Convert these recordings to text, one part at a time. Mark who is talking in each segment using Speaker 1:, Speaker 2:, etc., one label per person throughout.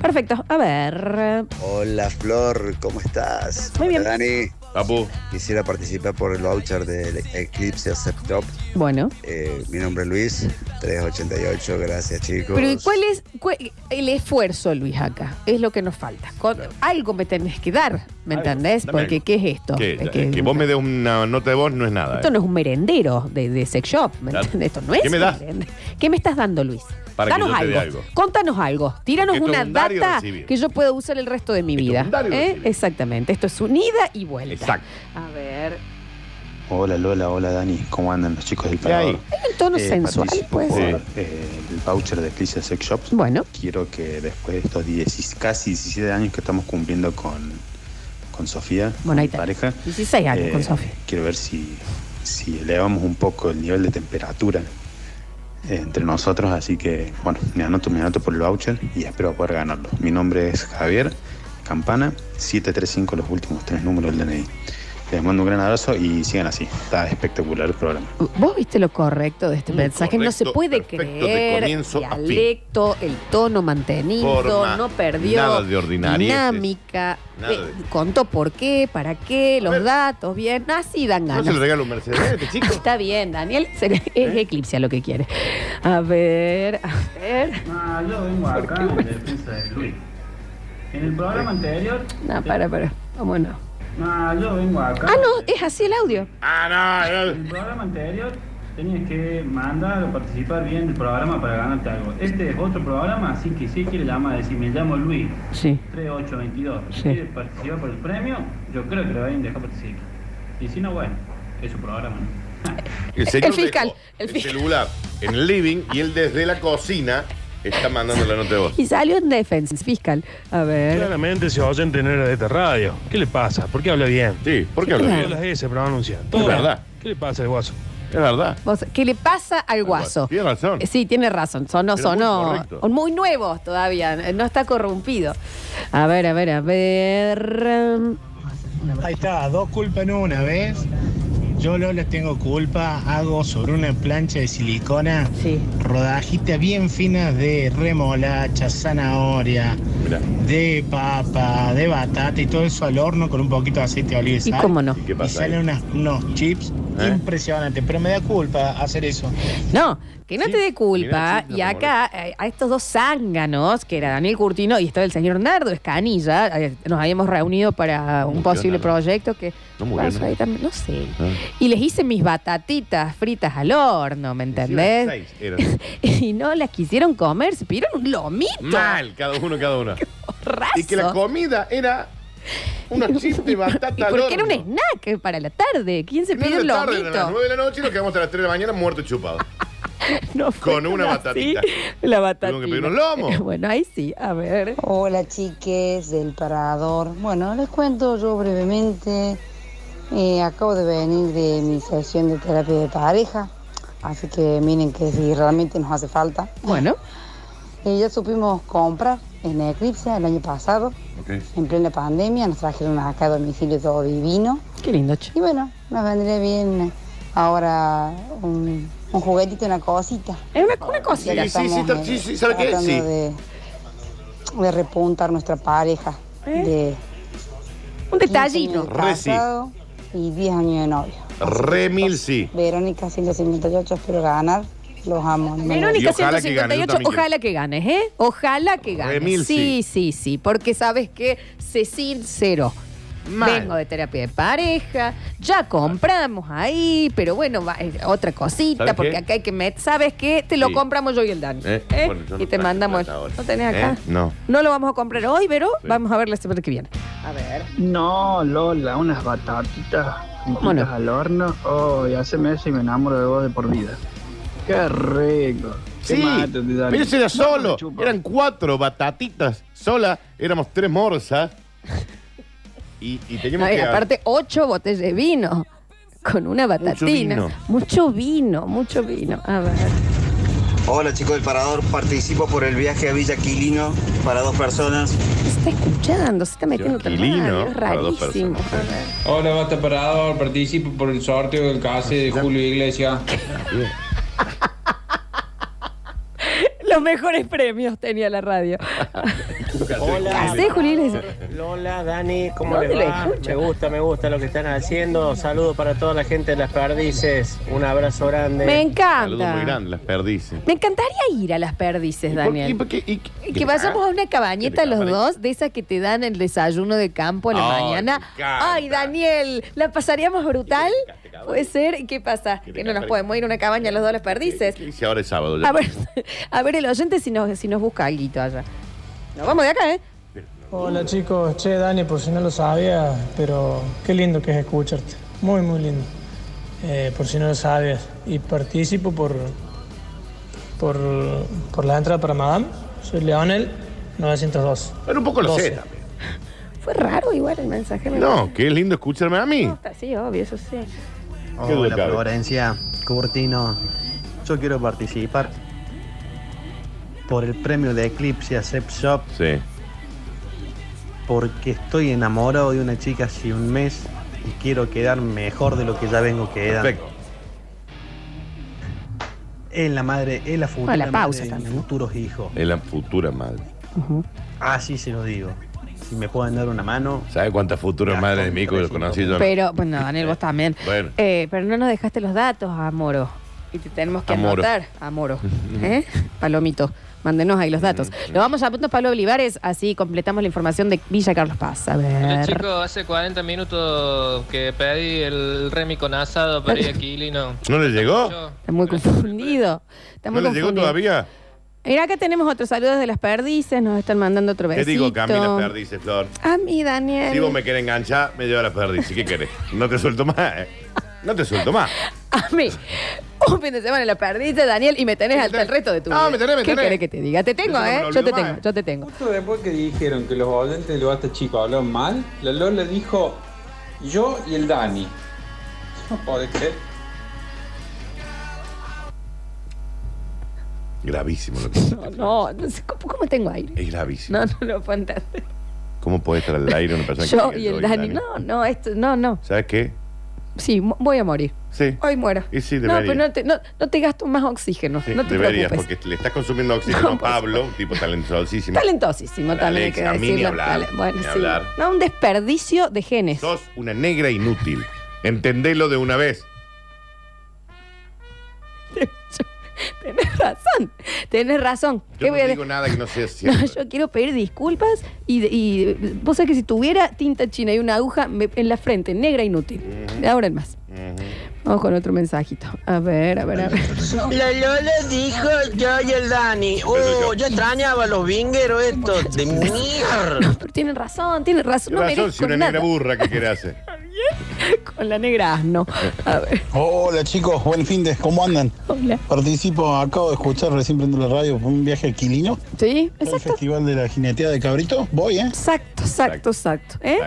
Speaker 1: Perfecto. A ver.
Speaker 2: Hola Flor, ¿cómo estás?
Speaker 1: Muy bien.
Speaker 2: Hola, Dani,
Speaker 3: Papu.
Speaker 2: quisiera participar por el voucher del Eclipse Accept Top.
Speaker 1: Bueno.
Speaker 2: Eh, mi nombre es Luis, 388, gracias chicos.
Speaker 1: Pero ¿y cuál es cu- el esfuerzo, Luis, acá? Es lo que nos falta. Con- Algo me tenés que dar, ¿me
Speaker 3: Algo,
Speaker 1: entendés?
Speaker 3: dame
Speaker 1: Porque
Speaker 3: algo.
Speaker 1: ¿qué es esto?
Speaker 3: Que,
Speaker 1: Es
Speaker 3: que vos me des una nota de voz no es nada.
Speaker 1: Esto
Speaker 3: eh.
Speaker 1: no es un merendero de, de sex shop, ¿me
Speaker 3: Claro.
Speaker 1: entendés? Esto no es
Speaker 3: ¿Qué me
Speaker 1: un
Speaker 3: das?
Speaker 1: merendero. ¿Qué me estás dando, Luis?
Speaker 3: Para que
Speaker 1: Danos
Speaker 3: yo te dé
Speaker 1: algo.
Speaker 3: algo.
Speaker 1: Contanos algo. Tíranos
Speaker 3: Porque esto
Speaker 1: una
Speaker 3: es un dar y
Speaker 1: data
Speaker 3: recibir.
Speaker 1: que yo pueda usar el resto de mi
Speaker 3: Esto es
Speaker 1: vida.
Speaker 3: un dar y
Speaker 1: ¿eh?
Speaker 3: recibir.
Speaker 1: Exactamente. Esto es unida y vuelta.
Speaker 3: Exacto.
Speaker 1: A ver.
Speaker 4: Hola Lola, hola Dani, ¿cómo andan los chicos del
Speaker 3: ¿Qué hay?
Speaker 4: parador?
Speaker 1: En tono
Speaker 4: Eh,
Speaker 1: sensual,
Speaker 4: participo
Speaker 1: pues.
Speaker 4: por
Speaker 3: ser.
Speaker 4: eh, el voucher de Eclipse Sex Shops.
Speaker 1: Bueno.
Speaker 4: Quiero que después de estos 10 casi 17 años que estamos cumpliendo con, con Sofía,
Speaker 1: Bueno, ahí
Speaker 4: con mi
Speaker 1: está.
Speaker 4: pareja,
Speaker 1: 16 años
Speaker 4: eh,
Speaker 1: con Sofía.
Speaker 4: quiero ver si, si elevamos un poco el nivel de temperatura eh, entre nosotros, así que bueno, me anoto, me anoto por el voucher y espero poder ganarlo. Mi nombre es Javier Campana, 735 los últimos tres números del DNI. Les mando un gran abrazo y sigan así, está espectacular el programa.
Speaker 1: Vos viste lo correcto de este
Speaker 3: Muy
Speaker 1: mensaje, no se
Speaker 3: correcto,
Speaker 1: puede
Speaker 3: perfecto, de
Speaker 1: creer.
Speaker 3: comienzo a fin.
Speaker 1: dialecto, el tono mantenido,
Speaker 3: Forma,
Speaker 1: no perdió
Speaker 3: nada de ordinarieces.
Speaker 1: dinámica,
Speaker 3: Nada
Speaker 1: eh,
Speaker 3: de-
Speaker 1: contó por qué, para qué, los
Speaker 3: ver.
Speaker 1: datos, bien, así dan
Speaker 3: No se
Speaker 1: ganas.
Speaker 3: le regalo un Mercedes a este chico.
Speaker 1: Está bien, Daniel, se le-
Speaker 3: ¿Eh?
Speaker 1: es eclipse a lo que quiere. A ver, a ver.
Speaker 5: Ah, yo vengo acá en defensa de Luis. En el programa anterior.
Speaker 1: No, para, para. ¿Cómo no?
Speaker 5: No, yo vengo acá.
Speaker 1: Ah, no, es así el audio.
Speaker 3: Ah, no,
Speaker 5: En
Speaker 3: no.
Speaker 5: el programa anterior tenías que mandar o participar bien del programa para ganarte algo. Este es otro programa, así que si quiere la madre, si me llamo Luis
Speaker 1: Sí.
Speaker 5: 3822, si
Speaker 1: Sí.
Speaker 5: quiere participar por el premio, yo creo que lo van a dejar participar. Y si no, bueno, es su programa. ¿no?
Speaker 3: señor
Speaker 1: El fiscal,
Speaker 3: dejó
Speaker 1: el
Speaker 3: El,
Speaker 1: fiscal.
Speaker 3: celular en el living y él desde la cocina está mandando la nota de voz.
Speaker 1: Y salió en defense fiscal. A
Speaker 3: ¿Eh?
Speaker 1: ver.
Speaker 6: Claramente se oyen tener de esta radio. ¿Qué le pasa? ¿Por qué habla bien?
Speaker 3: Sí, ¿por qué hablas
Speaker 1: Claro.
Speaker 6: Todas
Speaker 3: bien?
Speaker 6: las S pronuncian.
Speaker 3: Es
Speaker 6: Todas.
Speaker 3: verdad.
Speaker 6: ¿Qué le pasa al guaso?
Speaker 3: Es verdad.
Speaker 1: Vos, ¿Qué le pasa al guaso?
Speaker 3: Tiene razón.
Speaker 1: Eh, Sí, tiene razón. Sonó,
Speaker 3: Pero muy
Speaker 1: sonó.
Speaker 3: correcto.
Speaker 1: Muy, nuevos todavía. eh, No está corrompido. A ver, a ver, a ver.
Speaker 7: Ahí está, dos culpas en una vez. Yo Lola tengo culpa, hago sobre una plancha de silicona
Speaker 1: Sí.
Speaker 7: rodajitas bien finas de remolacha, zanahoria,
Speaker 3: Mirá.
Speaker 7: de papa, de batata y todo eso al horno con un poquito de aceite de oliva y
Speaker 1: ¿Y
Speaker 7: sal.
Speaker 1: cómo no?
Speaker 3: ¿Y qué
Speaker 7: Y
Speaker 3: pasa? ahí?
Speaker 7: salen unas- unos chips
Speaker 3: ¿Eh?
Speaker 7: impresionantes, pero me da culpa hacer eso.
Speaker 1: No, que no
Speaker 3: Sí,
Speaker 1: te dé
Speaker 3: mira,
Speaker 1: culpa.
Speaker 3: sí, no
Speaker 1: y
Speaker 3: te
Speaker 1: acá, eh, a estos dos zánganos, que era Daniel Curtino y estaba el señor Nardo Escanilla, eh, nos habíamos reunido para un
Speaker 3: murió
Speaker 1: posible
Speaker 3: Nardo.
Speaker 1: proyecto que.
Speaker 3: No murió,
Speaker 1: pasó
Speaker 3: ¿no?
Speaker 1: ahí también, no sé.
Speaker 3: Ah.
Speaker 1: Y les hice mis batatitas fritas al horno, ¿me
Speaker 3: Encima
Speaker 1: entendés?
Speaker 3: seis eran.
Speaker 1: Y no las quisieron comer, se pidieron un lomito.
Speaker 3: Mal, cada uno, cada uno.
Speaker 1: Raso.
Speaker 3: Y que la comida era unos chips de
Speaker 1: ¿Y
Speaker 3: batata al
Speaker 1: por qué era un
Speaker 3: horno.
Speaker 1: snack para la tarde? ¿Quién se
Speaker 3: No
Speaker 1: pide un
Speaker 3: era tarde,
Speaker 1: lomito?
Speaker 3: eran las 9 de la noche y nos quedamos hasta las 3 de la mañana muertos y chupados.
Speaker 1: No fue
Speaker 3: Con una
Speaker 1: así,
Speaker 3: batatita.
Speaker 1: La batata.
Speaker 3: que pedir un lomo.
Speaker 1: Bueno, ahí sí, a ver.
Speaker 8: Hola chiques del Parador. Bueno, les cuento yo brevemente. Eh, acabo de venir de mi sesión de terapia de pareja, así que miren que si realmente nos hace falta.
Speaker 1: Bueno,
Speaker 8: Eh, ya supimos comprar en Eclipse el año pasado, en plena pandemia, nos trajeron acá a domicilio todo divino.
Speaker 1: qué lindo, che.
Speaker 8: Y bueno, nos vendría bien ahora un, un juguetito, una cosita.
Speaker 1: Es una, una
Speaker 8: Ya
Speaker 1: cosita.
Speaker 3: Sí, sí, sí,
Speaker 8: estamos,
Speaker 3: sí, sí,
Speaker 8: eh,
Speaker 3: ¿sabe qué?
Speaker 8: tratando
Speaker 3: Sí.
Speaker 8: De, de repuntar nuestra pareja.
Speaker 1: ¿Eh?
Speaker 8: De
Speaker 1: Un
Speaker 8: 15
Speaker 1: detallito.
Speaker 8: años de
Speaker 3: Re sí.
Speaker 8: casado y 10 años de novio.
Speaker 3: Re mil sí.
Speaker 8: Verónica 158, espero ganar. Los amo. Me muero.
Speaker 1: Verónica
Speaker 3: Y ojalá que gane, yo
Speaker 1: 158,
Speaker 3: también
Speaker 1: ojalá que ganes, ¿eh? Ojalá que ganes.
Speaker 3: Remil
Speaker 1: sí, sí,
Speaker 3: sí.
Speaker 1: sí, porque sabes que sé sincero.
Speaker 3: Mal.
Speaker 1: Vengo de terapia de pareja, ya compramos ahí, pero bueno, va- eh, otra cosita,
Speaker 3: ¿Sabes
Speaker 1: porque
Speaker 3: qué?
Speaker 1: acá hay que meter. ¿Sabes qué? Te lo
Speaker 3: Sí.
Speaker 1: compramos yo y el Dani.
Speaker 3: Eh,
Speaker 1: ¿eh?
Speaker 3: bueno, yo
Speaker 1: y
Speaker 3: no
Speaker 1: te
Speaker 3: traje
Speaker 1: mandamos.
Speaker 3: plata ahora.
Speaker 1: ¿No tenés acá?
Speaker 3: ¿Eh? No.
Speaker 1: No lo vamos a comprar hoy, pero
Speaker 3: Sí.
Speaker 1: vamos a ver la semana que viene. A ver.
Speaker 5: No, Lola, unas batatitas
Speaker 1: ¿Cómo no?
Speaker 5: fritas al horno. Oh, y hace meses y me enamoro de vos de por vida. Qué rico. Qué
Speaker 3: Sí,
Speaker 5: mate te dan.
Speaker 3: pero ese era
Speaker 5: No,
Speaker 3: solo.
Speaker 5: me chupa.
Speaker 3: Eran cuatro batatitas sola. Éramos tres morsas. Y, y teníamos
Speaker 1: No, y
Speaker 3: que...
Speaker 1: aparte, ocho botellas de vino con una batatina.
Speaker 3: vino.
Speaker 1: Mucho vino, mucho vino. A ver.
Speaker 9: Hola chicos del Parador, participo por el viaje a Villa Quilino para dos personas.
Speaker 1: Se está escuchando, se está metiendo otra
Speaker 3: Tranquilino,
Speaker 1: radio, es
Speaker 3: para dos
Speaker 1: rarísimo.
Speaker 3: personas.
Speaker 1: A ver.
Speaker 10: Hola, Basta Parador, participo por el sorteo del case de Julio Iglesias.
Speaker 1: Los mejores premios tenía la radio. Así, Julio Iglesias.
Speaker 11: Lola, Dani, ¿cómo
Speaker 1: ¿Dónde
Speaker 11: les
Speaker 1: lo
Speaker 11: va?
Speaker 1: escucha?
Speaker 11: Me gusta, me gusta lo que están haciendo. Saludos para toda la gente de Las Perdices. Un abrazo grande.
Speaker 1: Me encanta.
Speaker 3: Saludos muy grandes, las perdices.
Speaker 1: Me encantaría ir a las perdices, Daniel.
Speaker 3: ¿Y por qué? ¿Y qué?
Speaker 1: Que vayamos a una cabañita los
Speaker 3: cabaña.
Speaker 1: dos, de esas que te dan el desayuno de campo en la
Speaker 3: Ay,
Speaker 1: mañana.
Speaker 3: me encanta.
Speaker 1: Ay, Daniel, ¿la pasaríamos brutal? Puede ser. ¿Y qué pasa? Que no nos
Speaker 3: cabaña.
Speaker 1: podemos ir a una cabaña los dos a las perdices.
Speaker 3: ¿Qué hice ahora es sábado? yo?
Speaker 1: A ver, a ver el oyente si nos, si nos busca algo allá. Nos vamos de acá, ¿eh?
Speaker 12: Hola chicos, che Dani, por si no lo sabías, pero qué lindo que es escucharte, muy muy lindo, Eh, por si no lo sabías. Y participo por, por, por la entrada para Madame, soy Leonel 902.
Speaker 3: Pero un poco lo sé
Speaker 12: 12.
Speaker 3: también.
Speaker 1: Fue raro igual el mensaje. me
Speaker 3: No, qué lindo escucharme a mí.
Speaker 1: gusta. Sí, obvio, eso sí. Oh,
Speaker 3: Qué
Speaker 13: Hola
Speaker 3: educado.
Speaker 13: Florencia, Curtino. Yo quiero participar por el premio de Eclipse a Sep Shop
Speaker 3: Sí.
Speaker 13: porque estoy enamorado de una chica hace un mes y quiero quedar mejor de lo que ya vengo quedando.
Speaker 3: Perfecto.
Speaker 13: Es la madre, es la futura
Speaker 1: Bueno, la
Speaker 13: madre
Speaker 1: pausa
Speaker 13: de mis
Speaker 1: también.
Speaker 13: futuros hijos.
Speaker 3: Es la futura madre.
Speaker 13: Así Ah, se lo digo. Si me pueden dar una mano.
Speaker 3: ¿Sabe cuántas futuras madres de mi hijo que lo conocí yo?
Speaker 1: Pero, bueno, Daniel, vos también.
Speaker 3: Bueno.
Speaker 1: Eh, pero no nos dejaste los datos, Amoro. Y te tenemos que
Speaker 3: Amoro.
Speaker 1: anotar, Amoro. ¿Eh? Palomito, mándenos ahí los datos. Lo vamos a apuntar Pablo Olivares, así completamos la información de Villa Carlos Paz. A
Speaker 14: Hola,
Speaker 1: ver.
Speaker 14: chicos, hace 40 minutos que pedí el remi con asado para
Speaker 15: Eh.
Speaker 14: ir a Quilino.
Speaker 3: ¿No le llegó?
Speaker 1: Está muy confundido. Está
Speaker 3: ¿No
Speaker 1: muy
Speaker 3: le llegó
Speaker 1: confundido.
Speaker 3: todavía?
Speaker 1: Mira, acá tenemos otros saludos de las perdices, nos están mandando otro
Speaker 3: ¿Qué
Speaker 1: besito.
Speaker 3: digo, Camila Perdices, Flor?
Speaker 1: A mí, Daniel.
Speaker 3: Si vos me querés enganchar, me llevo a las perdices. ¿Qué querés? No te suelto más. eh. No te suelto más.
Speaker 1: A mí. Un fin de semana la perdiste, Daniel, y me tenés hasta el resto de tu vida.
Speaker 14: me tenés, me
Speaker 1: ¿Qué
Speaker 14: tenés.
Speaker 1: querés que te diga? Te tengo,
Speaker 14: Eso no me
Speaker 1: ¿eh?
Speaker 14: lo
Speaker 1: Yo te
Speaker 14: olvido
Speaker 1: tengo,
Speaker 14: más,
Speaker 1: yo te tengo.
Speaker 10: Justo después que dijeron que los oyentes del Basta Chico hablaron mal, la Lola dijo yo y el Dani. No podés creer.
Speaker 3: Gravísimo lo que
Speaker 1: No, no, no sé, ¿cómo, cómo tengo aire?
Speaker 3: Es gravísimo.
Speaker 1: No, no, no, puedo entender.
Speaker 3: ¿Cómo puede estar al aire una persona que
Speaker 1: Yo
Speaker 3: diga
Speaker 1: y el Dani. No, no, esto, no, no.
Speaker 3: ¿Sabes qué?
Speaker 1: Sí, mo- voy a morir.
Speaker 3: Sí.
Speaker 1: Hoy muero.
Speaker 3: Y sí,
Speaker 1: no,
Speaker 3: debería.
Speaker 1: pero no te, no, no te gasto más oxígeno.
Speaker 3: Sí,
Speaker 1: no te
Speaker 3: deberías,
Speaker 1: preocupes.
Speaker 3: porque le estás consumiendo oxígeno a Pablo, un tipo talentosísimo.
Speaker 1: Talentosísimo
Speaker 3: Dale,
Speaker 1: también hay que
Speaker 3: a mí ni
Speaker 1: decirlo.
Speaker 3: hablar,
Speaker 1: Dale, bueno,
Speaker 3: ni
Speaker 1: sí.
Speaker 3: hablar.
Speaker 1: No, un desperdicio de genes.
Speaker 3: Sos una negra inútil. Entendelo de una vez.
Speaker 1: Tenés razón. Tenés razón.
Speaker 3: Yo no
Speaker 1: voy a
Speaker 3: digo nada que no sea cierto.
Speaker 1: No, yo quiero pedir disculpas y, de- y vos sabés que si tuviera tinta china y una aguja me- en la frente, negra inútil. De ahora en más. Vamos con otro mensajito. A ver, a ver, a ver.
Speaker 16: La Lola dijo yo y el Dani. Uh, yo extrañaba los vingueros estos de mierda.
Speaker 1: Pero tienen razón, tienen razón. No
Speaker 3: Tienes razón,
Speaker 1: merezco
Speaker 3: si una
Speaker 1: nada.
Speaker 3: negra burra, ¿qué quiere hacer?
Speaker 1: Con la negra asno. A ver.
Speaker 15: Hola chicos, buen fin de, ¿cómo andan?
Speaker 1: Hola.
Speaker 15: Participo, acabo de escuchar recién prendo la radio por un viaje a Quilino.
Speaker 1: Sí,
Speaker 15: exacto. El Festival de la Jineteada de Cabrito, voy, ¿eh?
Speaker 1: Exacto, exacto, exacto. ¿Eh?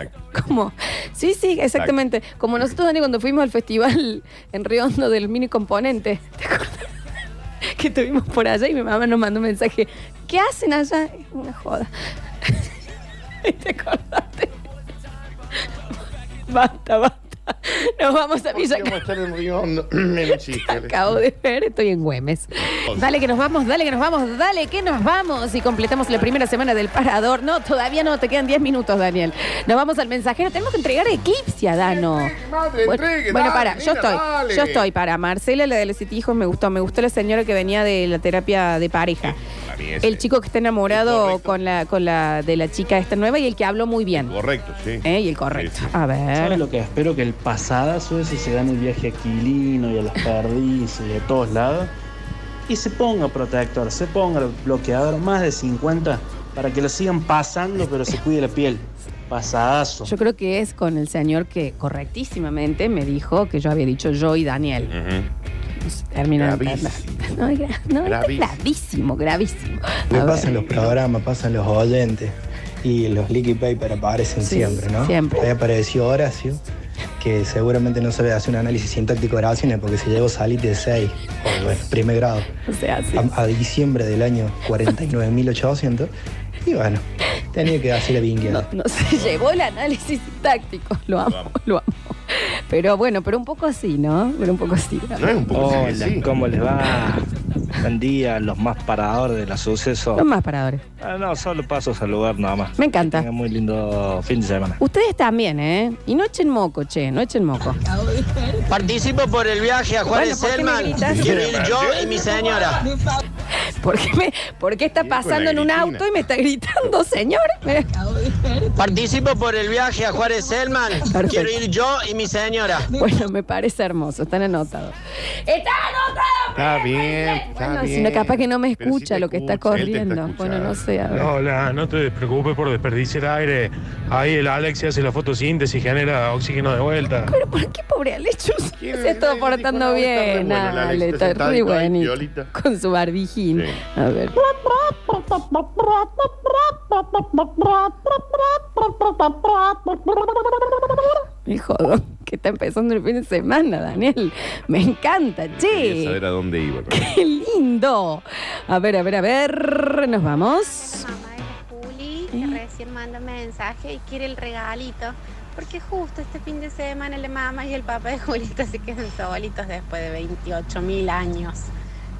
Speaker 1: ¿Cómo? Sí, sí, exactamente. Como nosotros, Dani, cuando fuimos al festival en Río Hondo del mini componente, ¿te acuerdas? Que tuvimos por allá y mi mamá nos mandó un mensaje. ¿Qué hacen allá? Es Una joda. ¿Te acordaste? Basta, basta. Nos vamos a Villa
Speaker 3: Vamos a estar en Río Hondo, en Chile.
Speaker 1: Acabo de ver, estoy en Güemes. Dale que nos vamos, dale que nos vamos, dale que nos vamos. Y completamos la primera semana del parador. No, todavía no, te quedan 10 minutos, Daniel. Nos vamos al mensajero. Tenemos que entregar Eclipse a Dano.
Speaker 3: madre,
Speaker 1: bueno,
Speaker 3: entregue,
Speaker 1: bueno,
Speaker 3: dale,
Speaker 1: para, yo
Speaker 3: nena,
Speaker 1: estoy.
Speaker 3: dale.
Speaker 1: Yo estoy para Marcela, la de los siete hijos, me gustó. Me gustó la señora que venía de la terapia de pareja.
Speaker 3: ese.
Speaker 1: El chico que está enamorado con la, con la de la chica esta nueva y el que habló muy bien.
Speaker 3: Correcto, sí.
Speaker 1: ¿Eh? Y el correcto. A
Speaker 17: ¿Sabes
Speaker 1: ver.
Speaker 17: lo que espero? Que el pasadazo ese se gane el viaje a Quilino y a las perdices y a todos lados. Y se ponga protector, se ponga bloqueador, más de 50, para que lo sigan pasando, pero se cuide la piel. Pasadazo.
Speaker 1: Yo creo que es con el señor que correctísimamente me dijo que yo había dicho yo y Daniel. Termina de
Speaker 15: Gravísimo.
Speaker 1: entender. No, es gra- no, esto es gravísimo, gravísimo.
Speaker 18: Le
Speaker 1: A ver.
Speaker 18: pasan los programas, pasan los oyentes y los Licky Paper aparecen
Speaker 1: Sí,
Speaker 18: siempre, ¿no?
Speaker 1: siempre.
Speaker 18: Ahí apareció Horacio, que seguramente no sabe hacer un análisis sintáctico de oraciones porque se llegó salir de 6, o bueno, primer grado,
Speaker 1: O sea, sí.
Speaker 18: a, a diciembre del año 49.800. Y bueno, tenía que hacer la vingueada.
Speaker 1: No se llevó el análisis táctico. Lo amo, lo amo. Pero bueno, pero un poco así, ¿no? Pero un poco así. A ver.
Speaker 17: Hola, ¿cómo les va?
Speaker 5: Buen día, los más paradores de los sucesos.
Speaker 1: Los más paradores.
Speaker 5: Ah, no, solo paso a saludar nada más.
Speaker 1: Me encanta.
Speaker 5: Que tengan muy lindo fin de semana.
Speaker 1: Ustedes también, ¿eh? Y no echen moco, che, no echen moco.
Speaker 19: Participo por el viaje a Juárez
Speaker 1: Bueno, ¿por qué me
Speaker 19: Selman.
Speaker 1: gritas?
Speaker 19: Quiero ir yo y mi señora.
Speaker 1: ¿Por qué, me- por qué está pasando en un auto y me está gritando, señor? Me-
Speaker 19: Participo por el viaje a Juárez Selman.
Speaker 1: Perfecto.
Speaker 19: Quiero ir yo y mi señora.
Speaker 1: Bueno, me parece hermoso, están anotados. ¡Está anotado!
Speaker 3: Está bien, está
Speaker 1: Bueno,
Speaker 3: bien.
Speaker 1: si no, capaz que no me
Speaker 3: Pero sí
Speaker 1: escucha
Speaker 3: te
Speaker 1: lo que está
Speaker 3: escucha, él te
Speaker 1: corriendo. bueno, no sé, a ver.
Speaker 12: Hola, no te preocupes por desperdiciar aire. Ahí el Alex hace la fotosíntesis y genera oxígeno de vuelta.
Speaker 1: Qué pobre Alechus. Se está portando
Speaker 3: re
Speaker 1: bien.
Speaker 3: bueno, el Alex,
Speaker 1: Ale,
Speaker 3: está
Speaker 1: está re
Speaker 3: sentadito ahí,
Speaker 1: buenito.
Speaker 3: piolita.
Speaker 1: Con su barbijín. A ver. Me jodo, que está empezando el fin de semana, Daniel. Me encanta,
Speaker 3: Quería
Speaker 1: che.
Speaker 3: saber a dónde iba. con
Speaker 1: Qué lindo. A ver, a ver, a ver. Nos vamos.
Speaker 20: Juli, que recién manda mensaje y quiere el regalito. Porque justo este fin de semana la mamá y el papá de Julita se quedan solitos después de 28 mil años.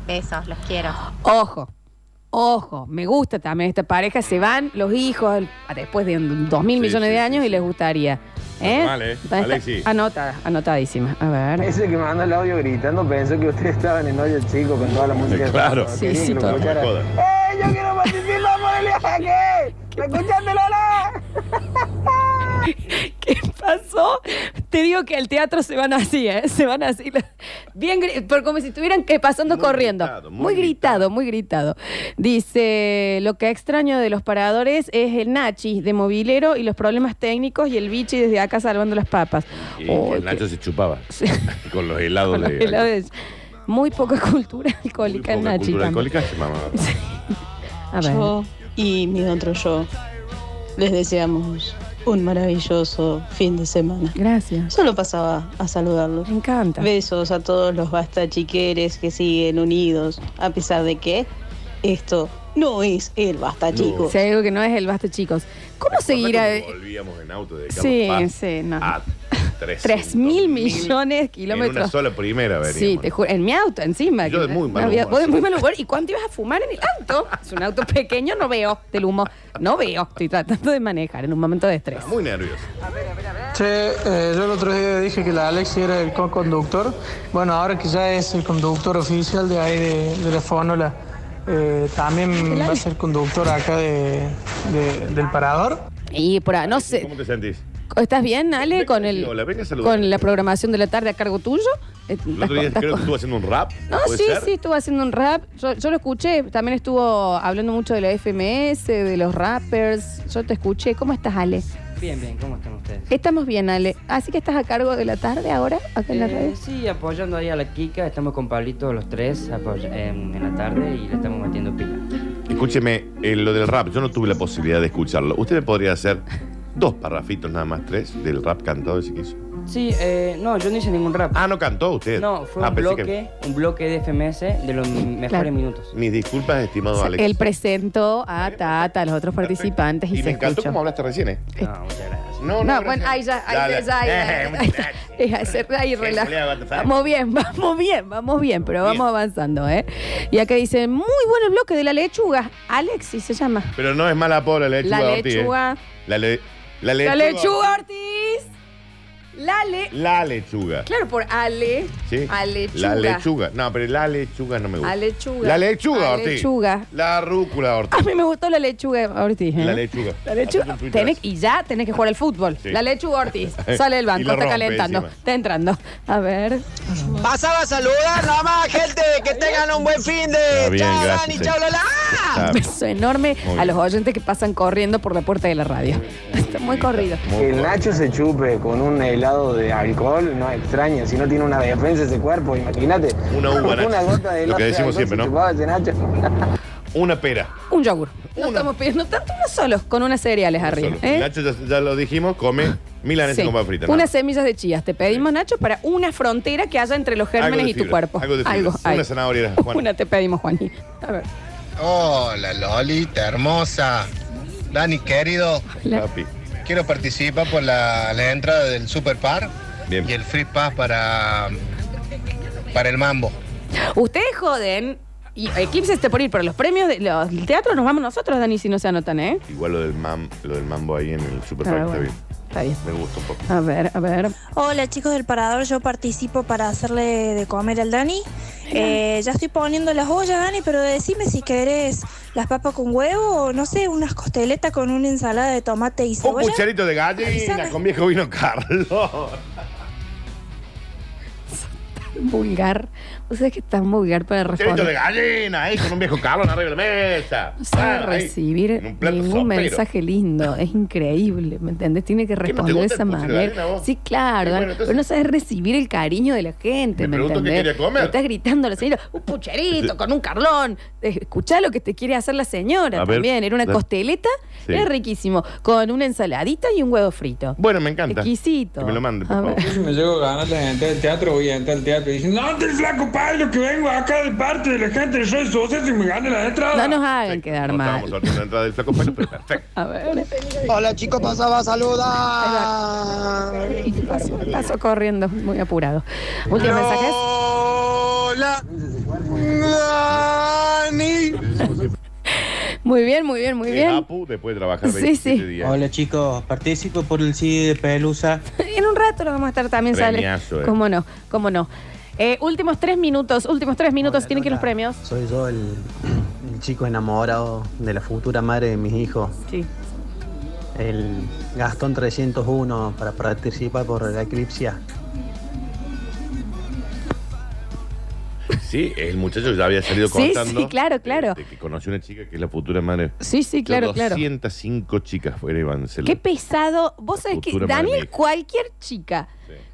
Speaker 20: Besos, los quiero.
Speaker 1: Ojo, ojo, me gusta también esta pareja. Se van los hijos al- a- después de un- dos mil
Speaker 3: Sí,
Speaker 1: millones
Speaker 3: sí,
Speaker 1: de años y les gustaría. ¿Eh?
Speaker 3: Normal, ¿eh?
Speaker 1: Está- está-
Speaker 3: Alexi.
Speaker 1: Anotada, anotadísima. A ver.
Speaker 2: Ese que manda el audio gritando pensó que ustedes estaban en hoyo chico con toda la música.
Speaker 3: Claro.
Speaker 2: Quería
Speaker 3: Sí,
Speaker 2: que
Speaker 3: sí,
Speaker 2: lo
Speaker 3: todo.
Speaker 2: escuchara.
Speaker 3: No me jodas.
Speaker 2: ¡Eh, yo quiero participar por el viaje! ¿Me escuchaste, Lola?
Speaker 1: ¿Qué pasó? Te digo que al teatro se van así, ¿eh? Se van así. Bien, gri- pero como si estuvieran que pasando corriendo. muy, gritado, muy gritado. Dice, lo que extraño de los paradores es el Nachi de movilero y los problemas técnicos y el bichi desde acá salvando las papas.
Speaker 3: Y
Speaker 1: Oh,
Speaker 3: que el Nacho se chupaba. Con los helados
Speaker 1: Con los
Speaker 3: de.
Speaker 1: helados. Muy poca cultura alcohólica en
Speaker 3: Poca
Speaker 1: Nachi. también.
Speaker 3: cultura alcohólica se mamaba.
Speaker 1: A ver.
Speaker 8: Yo y mi otro yo les deseamos un maravilloso fin de semana.
Speaker 1: Gracias.
Speaker 8: Solo pasaba a saludarlos.
Speaker 1: Me encanta.
Speaker 8: Besos a todos los bastachiqueres que siguen unidos, a pesar de que esto no es el bastachico.
Speaker 1: Si hay algo que no es el basta, chicos. ¿Cómo seguirá?
Speaker 3: Volvíamos en auto de Carlos
Speaker 1: Sí,
Speaker 3: Paz
Speaker 1: sí, no.
Speaker 3: A 3.
Speaker 1: Tres mil millones de
Speaker 3: En
Speaker 1: kilómetros.
Speaker 3: una sola primera veríamos.
Speaker 1: Sí, te juro, en mi auto encima.
Speaker 3: Yo de muy mal
Speaker 1: No había-
Speaker 3: humor,
Speaker 1: vos de
Speaker 3: sí.
Speaker 1: muy mal humor. ¿Y cuánto ibas a fumar en el auto? Es un auto pequeño, no veo del humo. No veo. Estoy tratando de manejar en un momento de estrés.
Speaker 3: Muy nervioso.
Speaker 7: Che, eh, yo el otro día dije que la Alexi era el co-conductor. Bueno, ahora que ya es el conductor oficial de ahí de, de la Fónola, eh, también va a ser conductor acá de- de- del parador.
Speaker 1: Y por ahí, no sé.
Speaker 3: ¿Cómo te sentís?
Speaker 1: ¿Estás bien, Ale, con el
Speaker 3: Hola, venga a saludar.
Speaker 1: con la programación de la tarde a cargo tuyo? Eh,
Speaker 3: El otro día
Speaker 1: estás-
Speaker 3: creo que estuvo haciendo un rap.
Speaker 1: No,
Speaker 3: ¿puede
Speaker 1: sí,
Speaker 3: ser?
Speaker 1: sí, estuvo haciendo un rap. Yo, yo lo escuché. También estuvo hablando mucho de la FMS, de los rappers. Yo te escuché. ¿Cómo estás, Ale?
Speaker 21: Bien, bien, ¿cómo están ustedes?
Speaker 1: Estamos bien, Ale. Así que estás a cargo de la tarde ahora, acá en la
Speaker 21: Eh,
Speaker 1: radio.
Speaker 21: sí, apoyando ahí a la Kika, estamos con Pablito los tres apoy- en, en la tarde y le estamos metiendo pila.
Speaker 3: Escúcheme, eh, lo del rap, yo no tuve la posibilidad de escucharlo. Usted me podría hacer dos parrafitos nada más, tres, del rap cantado, si quiso.
Speaker 21: Sí, eh, no, yo no hice ningún rap.
Speaker 3: Ah, no cantó usted.
Speaker 21: No, fue
Speaker 3: Ah,
Speaker 21: un
Speaker 3: pensé
Speaker 21: bloque,
Speaker 3: que-
Speaker 21: un bloque de FMS de los mejores
Speaker 1: Claro.
Speaker 21: minutos.
Speaker 3: Mis disculpas, estimado Alex.
Speaker 1: Él presentó a Tata, a los otros participantes y,
Speaker 3: Y
Speaker 1: se
Speaker 3: me encantó
Speaker 1: escuchó.
Speaker 3: como hablaste recién, ¿eh?
Speaker 21: No, muchas gracias.
Speaker 1: No, bueno, ahí ya, ahí ya,
Speaker 3: Dale.
Speaker 1: ya, ya,
Speaker 3: Eh,
Speaker 1: ya, ya, ya, se- ahí relaja. Vamos bien, vamos bien, vamos bien, pero vamos avanzando, ¿eh? Y acá dice, muy bueno el bloque de la lechuga. Alexis se llama.
Speaker 3: Pero no es mala pobre la lechuga.
Speaker 1: La
Speaker 3: Ortiz, ¿eh?
Speaker 1: lechuga.
Speaker 3: La, le- la lechuga.
Speaker 1: La lechuga Ortiz. La le...
Speaker 3: La lechuga.
Speaker 1: Claro, por Ale.
Speaker 3: ¿Sí?
Speaker 1: A lechuga.
Speaker 3: La lechuga. No, pero la lechuga no me gusta.
Speaker 1: A lechuga.
Speaker 3: La lechuga,
Speaker 1: A
Speaker 3: Ortiz.
Speaker 1: lechuga.
Speaker 3: La rúcula, Ortiz.
Speaker 1: A mí me gustó la lechuga Ortiz. ¿eh?
Speaker 3: La lechuga.
Speaker 1: La lechuga.
Speaker 3: Hacete un Twitter.
Speaker 1: Tenés- y ya tenés que jugar al fútbol.
Speaker 3: Sí.
Speaker 1: La lechuga Ortiz. Sale del
Speaker 3: Y
Speaker 1: banco, está
Speaker 3: la rompe
Speaker 1: calentando.
Speaker 3: encima.
Speaker 1: Está entrando. A ver.
Speaker 19: Pasaba a saludar nomás, gente. Que tengan un buen fin de.
Speaker 3: bien,
Speaker 19: Chao,
Speaker 3: gracias,
Speaker 19: Dani,
Speaker 3: sí.
Speaker 19: chao, Lola.
Speaker 1: Un beso enorme
Speaker 3: Ah. bien.
Speaker 1: a los oyentes que pasan corriendo por la puerta de la radio. Está muy corrido.
Speaker 2: Que el Nacho se chupe con un helado de alcohol, no extraña, si no tiene una defensa ese cuerpo, imagínate.
Speaker 3: Una uva,
Speaker 2: Una
Speaker 3: Nacho.
Speaker 2: gota de helado
Speaker 3: Lo que
Speaker 2: de alcohol
Speaker 3: decimos
Speaker 2: se
Speaker 3: siempre, ¿no?
Speaker 2: chupaba ese Nacho.
Speaker 3: Una pera.
Speaker 1: Un yogur. No estamos pidiendo tanto, uno solo, con unas cereales arriba.
Speaker 3: Solo.
Speaker 1: ¿eh?
Speaker 3: Nacho, ya, ya lo dijimos, come milanesa
Speaker 1: Sí.
Speaker 3: con papas fritas.
Speaker 1: Unas
Speaker 3: nada.
Speaker 1: semillas de chías. Te pedimos, Nacho, para una frontera que haya entre los
Speaker 3: Algo de
Speaker 1: gérmenes y tu
Speaker 3: fibra,
Speaker 1: cuerpo.
Speaker 3: Algo de fibra.
Speaker 1: hay.
Speaker 3: Una zanahoria, Juan.
Speaker 1: Una te pedimos, Juaní. A ver.
Speaker 22: Hola Lolita hermosa. Dani querido.
Speaker 3: Papi.
Speaker 22: Quiero participar por la, la entrada del Super Par
Speaker 3: Bien.
Speaker 22: y el Free Pass para, para el Mambo.
Speaker 3: Ah.
Speaker 1: Ustedes joden Y Eclipse está por ir, pero los premios de los del teatro nos vamos nosotros, Dani, si no se anotan, ¿eh?
Speaker 3: Igual lo del, mam, lo del mambo ahí en el Super
Speaker 1: Ah,
Speaker 3: Pack
Speaker 1: bueno.
Speaker 3: está bien. Me gusta un poco.
Speaker 1: A ver, a ver.
Speaker 2: Hola chicos del Parador, yo participo para hacerle de comer al Dani. Eh, ya estoy poniendo las ollas, Dani, pero decime si querés las papas con huevo o no sé, unas costeletas con una ensalada de tomate y
Speaker 3: Un
Speaker 2: cebolla.
Speaker 3: cucharito de gallina
Speaker 2: Avísame.
Speaker 3: con viejo vino Carlos.
Speaker 1: Vulgar. O sea, es que tan vulgar para
Speaker 3: Cucharito de
Speaker 1: responder.
Speaker 3: gallina ahí con un viejo Carlos arriba de la mesa.
Speaker 1: No sabe
Speaker 3: Ah, ahí.
Speaker 1: recibir ningún
Speaker 3: sopero.
Speaker 1: mensaje lindo. Es increíble, ¿me entendés? Tiene que
Speaker 3: ¿Qué, no te
Speaker 1: responder de
Speaker 3: gusta
Speaker 1: esa
Speaker 3: el puchero de
Speaker 1: manera.
Speaker 3: arena, vos?
Speaker 1: Sí, claro.
Speaker 3: Y bueno,
Speaker 1: Dani,
Speaker 3: entonces-
Speaker 1: pero no sabes recibir el cariño de la gente,
Speaker 3: Me
Speaker 1: ¿me,
Speaker 3: pregunto qué
Speaker 1: entendés?
Speaker 3: quería comer.
Speaker 1: Le Estás gritando a la señora, un pucherito con un carlón. Eh, Escuchá lo que te quiere hacer la señora
Speaker 3: A ver,
Speaker 1: también. Era una
Speaker 3: da-
Speaker 1: costeleta,
Speaker 3: Sí.
Speaker 1: era riquísimo, con una ensaladita y un huevo frito.
Speaker 3: Bueno, me encanta.
Speaker 1: Exquisito.
Speaker 3: Que me lo mande, por
Speaker 1: A
Speaker 3: favor.
Speaker 1: ver.
Speaker 10: Yo si me llego a ganar la entrada del teatro, voy a entrar al teatro y dicen, no, te flaco palo que vengo acá de parte de la gente, soy socio y me gane la entrada.
Speaker 1: No nos hagan quedar
Speaker 3: No
Speaker 1: mal.
Speaker 3: estábamos sorteando la entrada del flaco Pelo, pero perfecto.
Speaker 1: A ver.
Speaker 16: Hola chicos, pasaba a
Speaker 1: saludar. Paso, paso corriendo, muy apurado. Últimos mensajes.
Speaker 16: Hola. Dani.
Speaker 1: Muy bien, muy bien, muy
Speaker 3: Eh,
Speaker 1: bien.
Speaker 3: Apu, después de trabajar
Speaker 1: Sí,
Speaker 3: 27
Speaker 1: sí.
Speaker 3: días.
Speaker 13: Hola chicos, participo por el sí de Pelusa.
Speaker 1: En un rato lo vamos a estar también, sale.
Speaker 13: Premiazo, eh.
Speaker 1: Cómo no, cómo no. Eh, últimos tres minutos, últimos tres minutos, tienen que ir los premios.
Speaker 13: Soy yo el, el chico enamorado de la futura madre de mis hijos.
Speaker 1: Sí.
Speaker 13: El Gastón 301 para participar por la eclipsia.
Speaker 3: Sí, el muchacho ya había salido
Speaker 1: Sí,
Speaker 3: contando. eh,
Speaker 1: sí, claro, claro.
Speaker 3: de que conoció una chica que es la futura madre.
Speaker 1: Sí, sí, claro, claro.
Speaker 3: 205 chicas fuera Iván. se lo-
Speaker 1: Qué pesado. Vos sabés que,
Speaker 3: futura
Speaker 1: Daniel,
Speaker 3: maravilla.
Speaker 1: cualquier chica,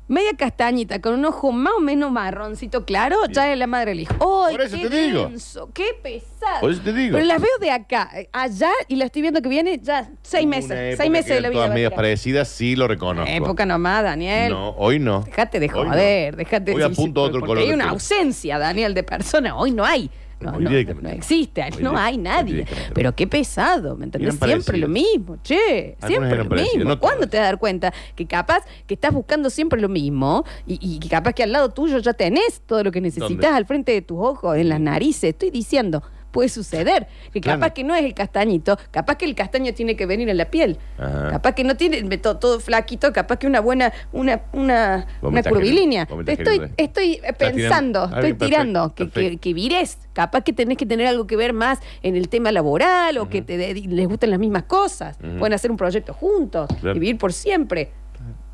Speaker 1: media castañita, con un ojo más o menos marroncito claro, ya es la madre del hijo. ¡Ay,
Speaker 3: Por eso
Speaker 1: qué
Speaker 3: te digo.
Speaker 1: denso! ¡Qué pesado!
Speaker 3: Por eso te digo.
Speaker 1: Pero las veo de acá, eh, allá, y las estoy viendo que viene ya seis
Speaker 3: Una
Speaker 1: meses.
Speaker 3: época
Speaker 1: Seis meses
Speaker 3: que
Speaker 1: de la
Speaker 3: eran
Speaker 1: vida.
Speaker 3: Todas medias
Speaker 1: Bastián.
Speaker 3: parecidas, sí lo reconozco.
Speaker 1: Época nomás, Daniel.
Speaker 3: No, hoy no.
Speaker 1: Dejate de
Speaker 3: Hoy no.
Speaker 1: joder, dejate
Speaker 3: Hoy
Speaker 1: de
Speaker 3: apunto otro
Speaker 1: porque
Speaker 3: color
Speaker 1: Hay
Speaker 3: de
Speaker 1: una
Speaker 3: pelo.
Speaker 1: ausencia, Daniel, de persona. Hoy no hay. No,
Speaker 3: Hoy
Speaker 1: no,
Speaker 3: directamente.
Speaker 1: no existe,
Speaker 3: Hoy
Speaker 1: no hay
Speaker 3: directamente, hoy
Speaker 1: nadie.
Speaker 3: directamente.
Speaker 1: Pero qué pesado, ¿me entendés?
Speaker 3: Eran
Speaker 1: Siempre lo
Speaker 3: parecidas.
Speaker 1: mismo, che.
Speaker 3: Algunas
Speaker 1: Siempre
Speaker 3: eran
Speaker 1: lo
Speaker 3: parecidas,
Speaker 1: mismo.
Speaker 3: no todas.
Speaker 1: ¿Cuándo te vas a dar cuenta que capaz que estás buscando siempre lo mismo y, y que capaz que al lado tuyo ya tenés todo lo que necesitas
Speaker 3: ¿Dónde?
Speaker 1: al frente de tus ojos, en las narices? Estoy diciendo, puede suceder. Que
Speaker 3: Claro.
Speaker 1: capaz que no es el castañito, capaz que el castaño tiene que venir en la piel.
Speaker 3: Ajá.
Speaker 1: Capaz que no tiene me- to- todo, flaquito, capaz que una buena, una, una,
Speaker 3: Vos me
Speaker 1: una
Speaker 3: estás queriendo-
Speaker 1: curvilínea.
Speaker 3: vos me
Speaker 1: Te
Speaker 3: estás
Speaker 1: estoy,
Speaker 3: queriendo-
Speaker 1: estoy eh, pensando,
Speaker 3: tirando. Ah,
Speaker 1: estoy
Speaker 3: bien, perfecto,
Speaker 1: tirando, que, que,
Speaker 3: perfecto.
Speaker 1: que vires. Capaz que tenés que tener algo que ver más en el tema laboral o que te de- les gusten las mismas cosas.
Speaker 3: Ujú.
Speaker 1: Pueden hacer un proyecto juntos,
Speaker 3: Claro.
Speaker 1: vivir por siempre.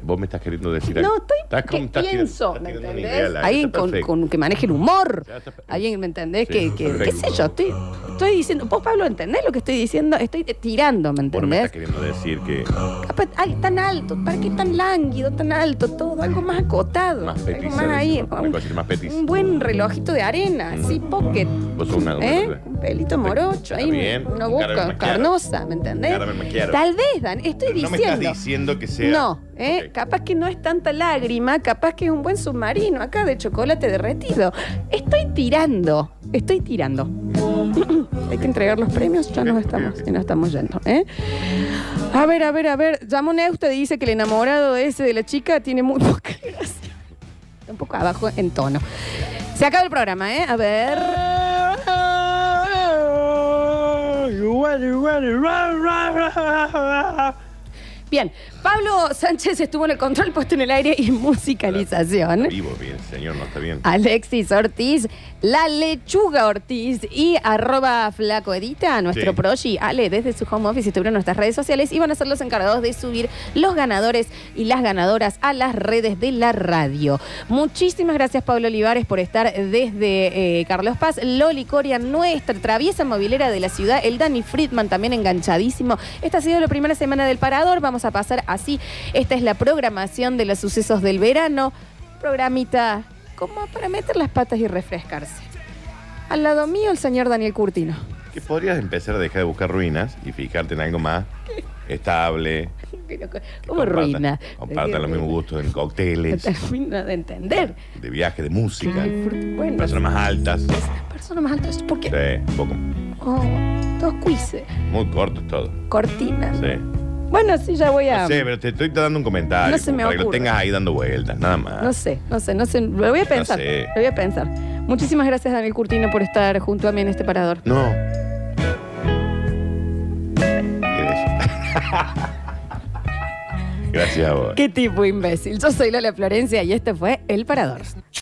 Speaker 3: Vos me estás queriendo decir
Speaker 1: No,
Speaker 3: algo.
Speaker 1: estoy
Speaker 3: Estás
Speaker 1: que
Speaker 3: como- estás tirando-
Speaker 1: pienso,
Speaker 3: estás
Speaker 1: ¿me
Speaker 3: tirando una
Speaker 1: entendés?
Speaker 3: idea al aire,
Speaker 1: Alguien
Speaker 3: está
Speaker 1: con,
Speaker 3: perfecto.
Speaker 1: con- que maneje el humor.
Speaker 3: Ya está perfecto.
Speaker 1: Alguien, ¿me entendés?
Speaker 3: Sí,
Speaker 1: que, que- qué
Speaker 3: perfecto.
Speaker 1: sé yo, estoy, estoy diciendo, vos Pablo, ¿entendés lo que estoy diciendo? Estoy eh, tirando, ¿me
Speaker 3: Vos no
Speaker 1: entendés?
Speaker 3: me estás queriendo decir que.
Speaker 1: Capaz, ay, Pues, tan alto, ¿para qué tan lánguido, tan alto todo? Algo más acotado,
Speaker 3: Más
Speaker 1: algo
Speaker 3: petis.
Speaker 1: más ahí,
Speaker 3: Una cosa más petis.
Speaker 1: un buen relojito de arena, así pocket,
Speaker 3: Vos sos una. una-
Speaker 1: ¿eh? Un pelito morocho, ahí
Speaker 3: bien,
Speaker 1: una
Speaker 3: un
Speaker 1: boca
Speaker 3: caramel macchiato.
Speaker 1: carnosa, ¿me entendés?
Speaker 3: Caramel macchiato.
Speaker 1: Tal vez, Dan, estoy
Speaker 3: No me estás
Speaker 1: diciendo.
Speaker 3: diciendo que sea.
Speaker 1: No, ¿eh? capaz que no es tanta lágrima, capaz que es un buen submarino acá de chocolate derretido. Estoy tirando, estoy tirando. Hay que entregar los premios, ya nos estamos, ya nos estamos yendo. ¿eh? A ver, a ver, a ver. Yamoné, usted dice que el enamorado ese de la chica tiene muy poca gracia. Está un poco abajo en tono. Se acaba el programa, ¿eh? A ver. Bien, Pablo Sánchez estuvo en el control puesto en el aire y musicalización.
Speaker 3: Vivo bien, señor, no está bien.
Speaker 1: Ah. Alexis Ortiz, la lechuga Ortiz y arroba flaco edita, nuestro
Speaker 3: Sí.
Speaker 1: proshi Ale, desde su home office estuvieron en nuestras redes sociales y van a ser los encargados de subir los ganadores y las ganadoras a las redes de la radio. Muchísimas gracias Pablo Olivares por estar desde eh, Carlos Paz, Loli Coria, nuestra traviesa movilera de la ciudad, el Dani Friedman también enganchadísimo. Esta ha sido la primera semana del Parador, vamos a pasar así. Esta es la programación de los sucesos del verano programita como para meter las patas y refrescarse. Al lado mío el señor Daniel Curtino.
Speaker 3: Que podrías empezar a dejar de buscar ruinas y fijarte en algo más estable.
Speaker 1: Como ruina.
Speaker 3: Compartan los mismos gustos en
Speaker 1: No
Speaker 3: cócteles,
Speaker 1: termino de entender.
Speaker 3: de viaje, de música.
Speaker 1: Mm. Bueno,
Speaker 3: Personas Mm. más altas.
Speaker 1: persona más alta es porque...
Speaker 3: Sí, un poco.
Speaker 1: Oh, dos quizzes,
Speaker 3: Muy cortos todo.
Speaker 1: cortinas.
Speaker 3: Sí.
Speaker 1: Bueno, sí, ya voy a...
Speaker 3: No sé, pero te estoy dando un comentario.
Speaker 1: No se
Speaker 3: como
Speaker 1: me
Speaker 3: para que lo
Speaker 1: ocurre.
Speaker 3: tengas ahí dando vueltas, nada más.
Speaker 1: No sé, no sé, no sé. Lo voy a pensar.
Speaker 3: sé.
Speaker 1: Lo voy a pensar. Muchísimas gracias, Daniel Curtino, por estar junto a mí en este parador.
Speaker 3: No. Gracias a vos.
Speaker 1: Qué tipo imbécil. Yo soy Lola Florencia y este fue El Parador.